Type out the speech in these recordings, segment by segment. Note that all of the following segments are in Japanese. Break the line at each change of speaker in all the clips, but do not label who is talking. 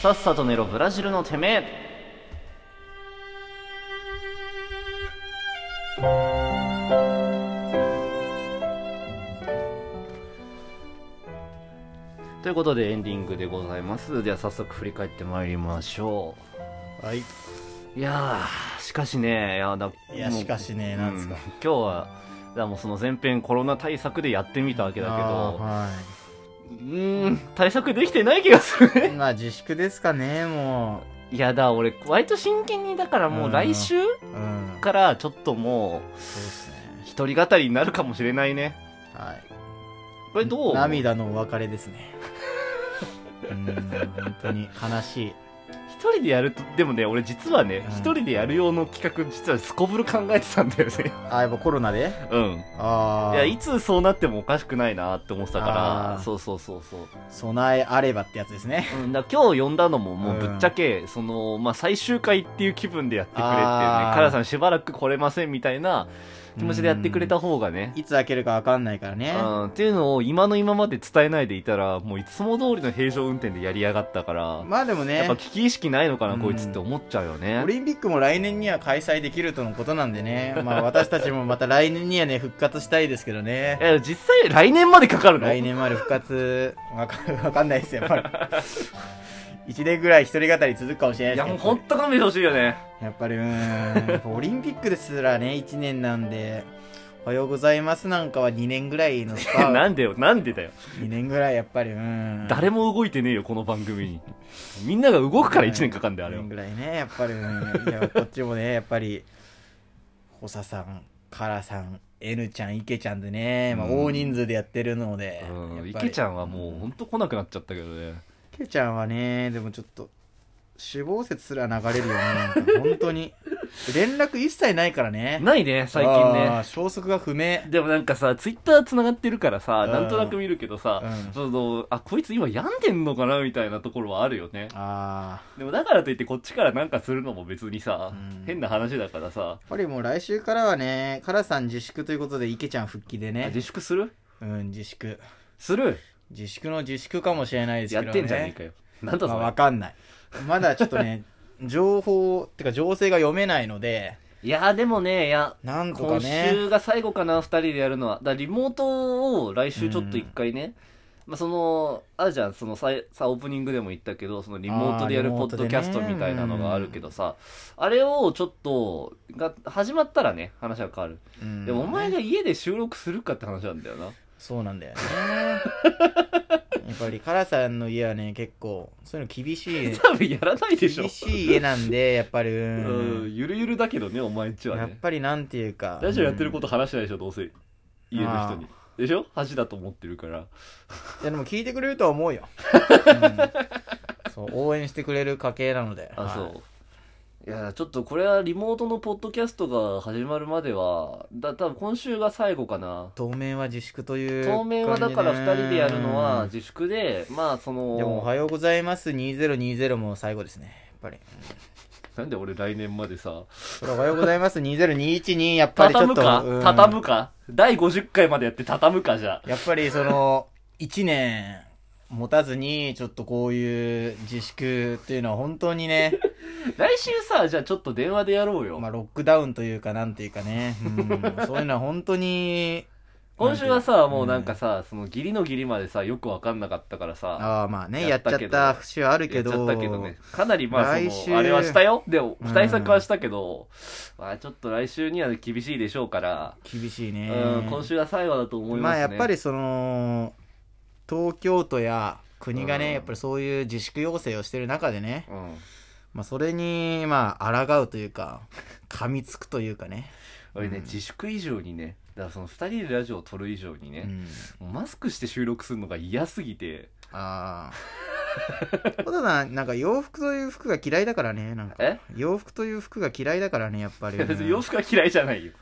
さっさと寝ろブラジルのてめえということでエンディングでございますでは早速振り返ってまいりましょ
はいう
いやーしかしねいやだ
いや
もう
しかしねなんですか、
うん今日はだからもうその前編コロナ対策でやってみたわけだけ
あ
ど
ーは
うーん対策できてない気がする
いまあ自粛ですかねも
いやだ俺割と真剣にだからもう来週
ううん
からちょっともう
そうですね
一人語りになるかもしれないね
はい
これどう
涙のお別 れですねうん本当に悲しい
一人でやるとでもね俺実はね
うん
一、人でやる用の企画実はすこぶる考えてたんだよ ね
あやっぱコロナで
うん
ああ
いやいつそうなってもおかしくないなって思ってたか
あ
ら
ー
そうそうそうそう、
備えあればってやつですね
うん、だから今日呼んだのももう
うん
ぶっちゃけ、そのまあ最終回っていう気分でやってくれっていうね
あー
カラさんしばらく来れませんみたいな気持ちでやってくれた方がね、
いつ開けるか分かんないからね
うんっていうのを今の今まで伝えないでいたらもういつも通りの平常運転でやりやがったから、
まあでも
やっ
ね
ぱ危機意識ないのかな、
うん
こいつって思っちゃうよね
オリンピックも来年には開催できるとのことなんでね、まあ私たちもまた来年にはね、復活したいですけどね。
いや実際来年までかかるの
来年まで復活、わかわかんないで すよ、やっぱり。1年ぐらい一人語り続くかもしれない
い
で
や
すけ
もう本
ど
当勘弁してほしいよね
やっぱりうーん、やっぱオリンピックですらね、1年なんで、おはようございますなんかは2年ぐらいのスパ ン、
なんでよなんでだよ
2年ぐらいやっぱりうーん。
誰も動いてねえよこの番組にみんなが動くから1年かかんだよあれ
2
は
年ぐらいね、やっぱりうん。いや、こっちもね、やっぱり、補佐さん、カラさん、N ちゃん、イケちゃんでね、まあ、
うん
大人数でやってるので、
うん、
やっぱり
池ちゃんはもう本当来なくなっちゃったけどね
イケちゃんはね、でもちょっと、死亡説すら流れるよね、なんか本当に。 連絡一切ないからね。
ないね最近
あー
ね
消息が不明。
でもなんかさツイッターつながってるからさ
うん
なんとなく見るけどさ、
うん
そのあこいつ今病んでんのかなみたいなところはあるよね
ああ。
でもだからといってこっちからなんかするのも別にさ、
うん
変な話だからさ、
やっぱりもう来週からはね、カラさん自粛ということで、イケちゃん復帰で
あ
ね
自。粛する
うん、自粛。
する
自粛の自粛かもしれないですけ
や
ど
っ
ね。
てんじゃねえかよ。なんだそ
まあ、
れ、
わかんない。まだちょっと ね、情報、てか情勢が読めないので、
いやでもね、いや、
なんとか
今
ね、
週が最後かな、二人でやるのは。だからリモートを来週ちょっと一回ね、まあその、あるじゃん、そのさ、さ、オープニングでも言ったけど、そのリモートでやる
あー
ポ
リモ
ッ
ート
ド
でね
キャストみたいなのがあるけどさ、あれをちょっと、が、始まったらね、話は変わる。
うん
でもお前が家で収録するかって話なんだよな。
そうなんだよね。やっぱりカラさんの家はね、結構、そういうの厳しい、
多分やら ないでしょ。
厳しい家なんで、やっぱり、う
うん
ん。
ゆるゆるだけどね、お前んちは
やっ
ね。
ぱりなんていうか。
ラジオやってる
うん
こと話してないでしょ、どうせ。家の人に。でしょ恥だと思ってるから。
いやでも聞いてくれるとは思うよ、うんそう応援してくれる家系なので
あ、
はい
そう。いや、ちょっとこれはリモートのポッドキャストが始まるまでは、だ、多分今週が最後かな。
当面は自粛という
当面はだから
感じ
2人でやるのは自粛で、まあそ
うんでも「お
の、
はようございます2020」も最後ですねやっぱり
なんで俺来年までさ、
これ「おはようございます2021」にやっぱりち
畳
ょ
む
っと
か
うん
畳むか第50回までやって畳むかじゃあ。
やっぱりその1年持たずにちょっとこういう自粛っていうのは本当にね、
来週さ、じゃあちょっと電話でやろうよ。
まあ、ロックダウンというかなんていうかね、うんそういうのは本当に
今週はさ、
ん
もうなんかさ、そのギリのギリまでさ、よくわかんなかったからさ、
ああまあね
や
や
っ
ったちゃ
け
っ
ど
た節はある
や
け
っち
ど
ゃったけどね。かなりまあ、
来
そ
週
の、あれはしたよ。でも、
うん
対策はしたけど、まあちょっと来週には厳しいでしょうから、
厳しいね
うん、今週は最後だと思い
ま
ます
あ
ね。
やっぱりその東京都や国がね、
うん
やっぱりそういう自粛要請をしてる中でね、
うん。
まあ、それにまあ抗うというか噛みつくというかね、
俺ね、
うん
自粛以上にね、だからその二人でラジオを撮る以上に
う
ね、
ん、
もうマスクして収録するのが嫌すぎて、
ああただなんか洋服という服が嫌いだからねなんか
え
洋服という服が嫌いだからねやっぱり、うん
洋服は嫌いじゃないよ。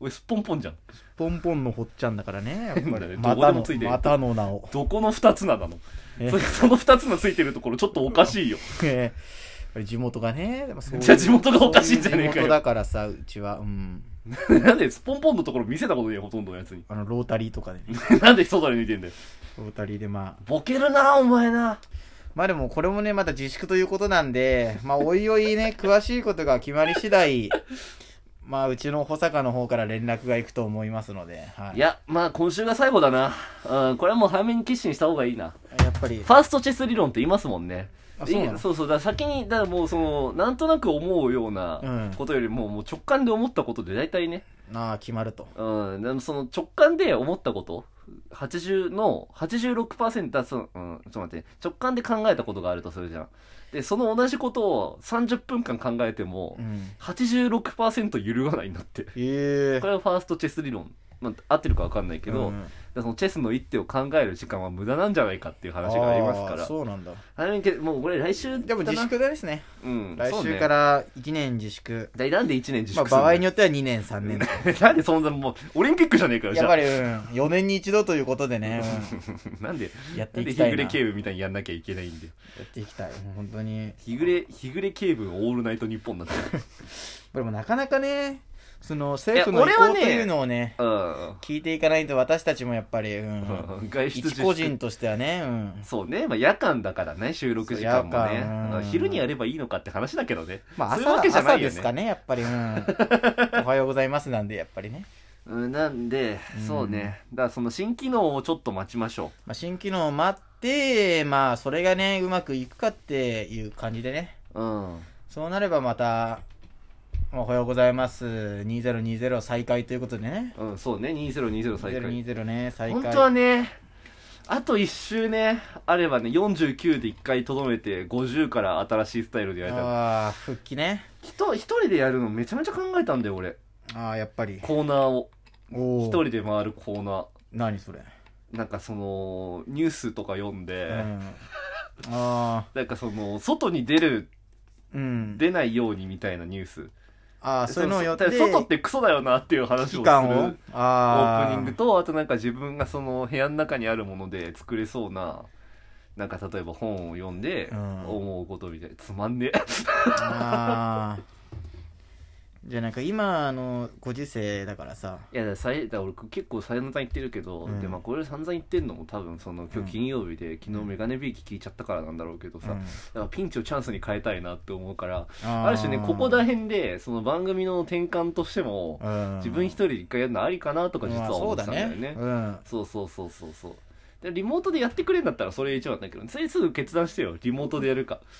俺すっぽんぽんじゃん。
ポンポンのほっちゃんだからねやっぱり
ど
ま
こで
た
も
の
ついてる
またの名を
どこの二つななの
え
そその二つのついてるところちょっとおかしいよ。
えーやっぱり地元がねでもそういう
じゃあ地元がおかしいんじゃねえかよ
そういう地元だからさうちはうん
なんでスポンポンのところ見せたことねえよほとんどのやつに
あのロータリーとかでね
なんで外に抜いてんだよ
ロータリーでまあ
ボケるなお前な
まあでもこれもね、また自粛ということなんで、まあおいお いね、詳しいことが決まり次第、まあうちの保坂の方から連絡がいくと思いますので、はいい、や
や、まあ今週が最後だな。うん、これはもう早めに決心した方がいいな。
っぱり
フ、ァーストチェス理論って言いますもんね。
あそうなの
いそうそうだから先に、だからもうその、なんとなく思うよう
うん
なことよりも、もう直感で思ったことで大体ね、
なあ、決まると。
うん、でもその直感で思ったこと、80の86%、あそのうん、ちょっと待って、直感で考えたことがあるとするじゃん。で、その同じことを30分間考えても
う、ん。
86%揺るがないんだって。
ええ
これはファーストチェス理論。まあ、合ってるか分かんないけど、
うん
だからそのチェスの一手を考える時間は無駄なんじゃないかっていう話がありますか
あー
ら。
そうなんだ。
早めにけ、もうこれ来週
でも自粛ですね。
うん、
来
そう
週
ね
から1年自粛。
だなんで1年自
まあ
粛する
場
の
合によっては2年、3年と。
なんでそんなもう、オリンピックじゃねえから、じ
やっ
ゃ
ぱり、うん、4年に一度ということでね、
あ。 なんで、
うんやって
なん
い
で
き
日
た
暮
いな。
れ
や
警部みたいにやんなきゃいけないんだよ。
っていきたい。もう本当に。
日暮れ、日暮れ警部オールナイト日本になってる。
これもなかなかね、その政府
い
の
や
意
俺は
向と
ね
いうのをね、
うん。
聞いていかないと私たちもやっぱり、うん、
外出自
一
粛
個人としてはね、うん、
そうね、まあ、夜間だからね、収録時間も
そう
ね
夜間うん。
昼にやればいいのかって話だけどね。
まあ
そういうわ
朝
けじゃな
朝
いよ
ですか
ね。
ね、やっぱ り、うん、おはようございますなんで、やっぱりね、
うん、なんで、そうね。だからその新機能をちょっと待ちましょ
まあ、新機能を待って、まあ、それがね、うまくいくかっていう感じでね、
う。うん。
そうなればまた、おはようございます、2020再開ということでね、
うん、そうね、2020再開。
2020ね、再開。
本当はねあと1周ねあればね49で1回とどめて50から新しいスタイルでやりたい
ああ、復帰ね。
一一人でやるのめちゃめちゃ考えたんだよ俺
ああ、やっぱり。
コーナーを
お
一
お。
人で回るコーナ
何それ。
ーなんかそのニュースとか読んで、
うん。ああ。
なんかその外に出る
うん。
出ないようにみたいなニュース
ああ、そういうのをよって、
その外ってクソだよなっていう話を
期
する
間を、
オ
あ
ープニングとあとなんか自分がその部屋の中にあるもので作れそうななんか例えば本を読んで
うん
思うことみたいな、つまんね
あーじゃあなんか今のご時世だからさ、
えいやだからさいだから俺結構さよなさん言ってるけど、
うん
でまあこれ散々言ってんのも多分その今日金曜日で、昨
う
日
ん
メガネビーキ聞いちゃったからなんだろうけどさ、
うん
だからピンチをチャンスに変えたいなって思うから
あ
ある種ねここら辺でその番組の転換としても、自分一
人
人で一回やるのありかなとか実は思ってたんだよね
ううん
そうそうそうそうそうでリモートでやってくれんだったらそれ一番だけどそれすぐ決断してよリモートでやるか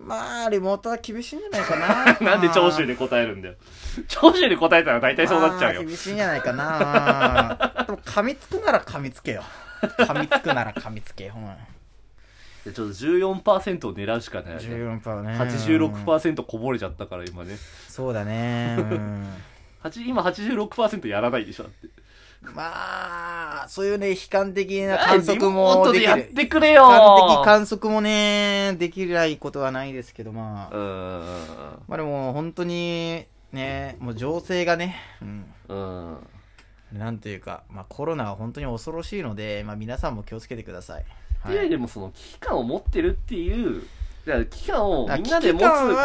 まあリモートは厳しいんじゃないか な
なんで長州
で
で答えるんだよ 長州で答えたら大体そうなっちゃうよ
厳しいんじゃない かなでも噛みつくなら噛みつけよ噛みつくなら噛みつけよ、う、
でちょっと14%を狙うしかなんいよね
14%ね
86%こぼれちゃったから今ね
そうだね、うん
8今86%やらないでしょだって
まあ、そういうね、悲観的な観
リ
測もでき
モートでやっ
る。
てくれ
悲
よ
観的観測もね、できないことはないですけど、ま
う
あ。
ー
まあでも、本当に、ね、もう情勢がね、うん。
んうん
なんというか、まあコロナは本当に恐ろしいので、まあ皆さんも気をつけてください。はい。
ででもその危機感を持ってるっていうだから危機感を
あ
みんなで持つことだ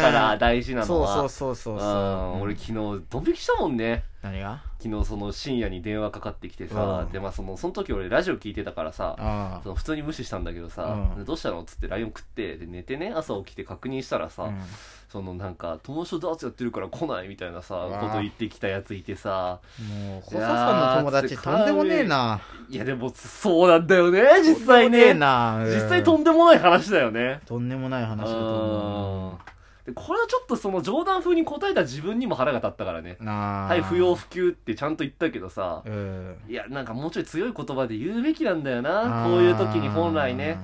から大事なのは
そうそうそうそうそう
うん、俺昨日ドン引きしたもんね
何が
昨日その深夜に電話かかってきてさ、
うん
でまあそのその時俺ラジオ聞いてたからさ
あ
その普通に無視したんだけどさ、
うん
どうしたのっつって LINE 送ってで寝てね朝起きて確認したらさ、
あ。うん
そのなんか「友達とダーツやってるから来ない」みたいなさ
うわ
こと言ってきたやついてさ
もう、細さんの友
い
達
やー
とんでもねえな。
いやでもそうなんだよね実際
とんでもね
ね
えな。うん
実際とんでもない話だよね
とんでもない話だと思
う
う。
んでこれはちょっとその冗談風に答えた自分にも腹が立ったからね
なあ
はい不要不急ってちゃんと言ったけどさ
うん
いやなんかもうちょい強い言葉で言うべきなんだよなこういう時に本来ね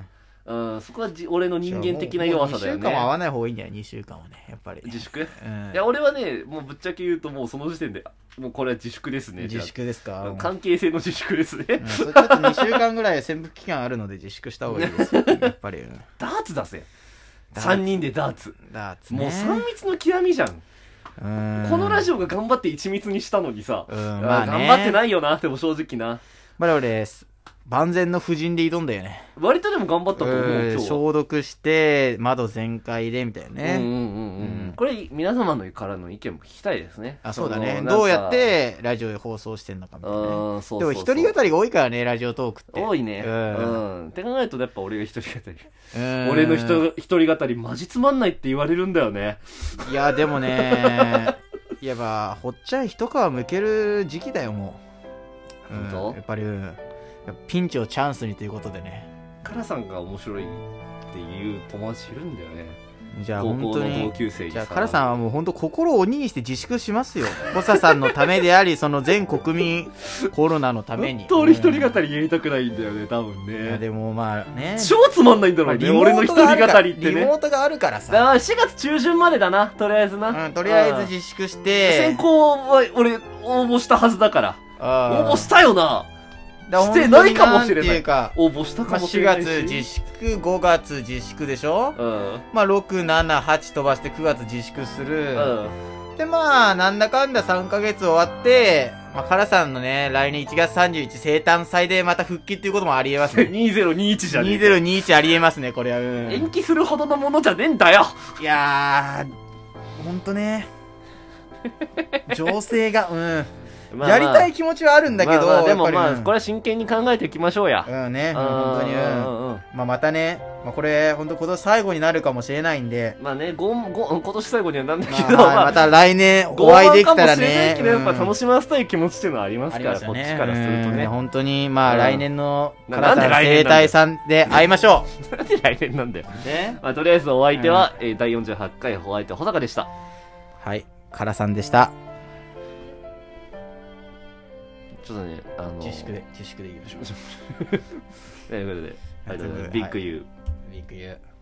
うんそこはじ俺の人間的な弱さだよ
2週間は合
ね
わない方がいいんだよ2週間はねやっぱり、
自粛
うん
いや俺はねもうぶっちゃけ言うともうその時点でもうこれは自粛ですね
自
じ
粛です
ゃあ
か
関係性の自粛ですね、
うん、それちょっと2週間ぐらい潜伏期間あるので自粛した方がいいですよやっぱり、うん
ダーツだぜ
ダーツ
3人でダーツ
だーつね
もう3密の極みじゃん、
うん
このラジオが頑張って1密にしたのにさ、
うん
あー
まあね
頑張ってないよなでも正直な
まあ俺万全の布陣で挑んだよね
割とでも頑張ったと思う
うん
今日は
消毒して窓全開でみたいな
うんう
ね、
んうんうん
うん
これ皆様のからの意見も聞きたいですね
あそうだ
の
ね
なんか
どうやってラジオで放送してんのかみ
う
たいなね
んそうそ
でも
う
一
そう
人語りが多いからねラジオトークって
多いね
う
うんん、って考えるとやっぱ俺が一人語り
うん
俺の人一人語りマジつまんないって言われるんだよね
いやでも ねやっぱほっちゃい一皮むける時期だよもう、うん
本当
やっぱり、うんやっぱピンチをチャンスにということでね
カラさんが面白いっていう友達いるんだよね
じゃあ
高
本
校
当
の
に
同級生に
じゃあカラさんはもう本当心を鬼にして自粛しますよコサさんのためでありその全国民コロナのために
本当に一
うん
人語りやりたくないんだよね多分
いや
ね
でもまあね
超つまんないんだろ
まあ
うね、
リモ
俺の
ー
一
トがある
人
から
語りってね
リモートがあるから
だか
さ、
ら4月中旬までだな、とりあえずな。
うん、とりあえず
うん
自粛し
選
て
考は俺、応募したはずだから。応
応
募したよな
してないかもしれない。いうか、
応募した
ま
か
あ、
もし
4
れないし。
月自粛、5月自粛でしょ
うん。
まあ、6、7、8飛ばして9月自粛する。
うん。
で、まあ、なんだかんだ3ヶ月終わって、まあ、カラさんのね、来年1月31生誕祭でまた復帰っていうこともあり え ますね。
2021じゃねえか
2021ありえますね、これは。う
延
ん、
期するほどのものじゃねえんだよ
いやー、ほんとね。情勢が、 うん。やりたい気持ちはあるんだけど、
まあまあでも
や
ま
っぱり
あ、これは真剣に考えていきましょうや。
うん、うんね、
うん
本当に、う
うんんうん
まあ、またね、まあ、これ、本当今年最後になるかもしれないんで、
まあね、ごんごん今年最後にはなんだ
ま
け
あ
ど、
はい
ま
ま
あ、
た来年
ご
お
案
会いでき
か
た
も
ら
しれない
ね
けど、。やっぱ楽
し
しませたい気持ちっていうのはありま
ますす
から、
よ
こっ
ね
ちからすると
うん
ね。
本当に、まあ、
うん
来年の、
な
カラ
なんで
さん
来年なん
生
だよ
体さんで会いましょ
なんで 来年なんだよ。
う。ね。
まあ、とりあえずお相手は、えー第48回ホワイト穂坂でした。
はい、カラさんでした。
ちょっとね、あのー、
自粛で、自粛でいきましょう。
ということで、ありがとうございます
はい
ビッグユー。
ビッグユー。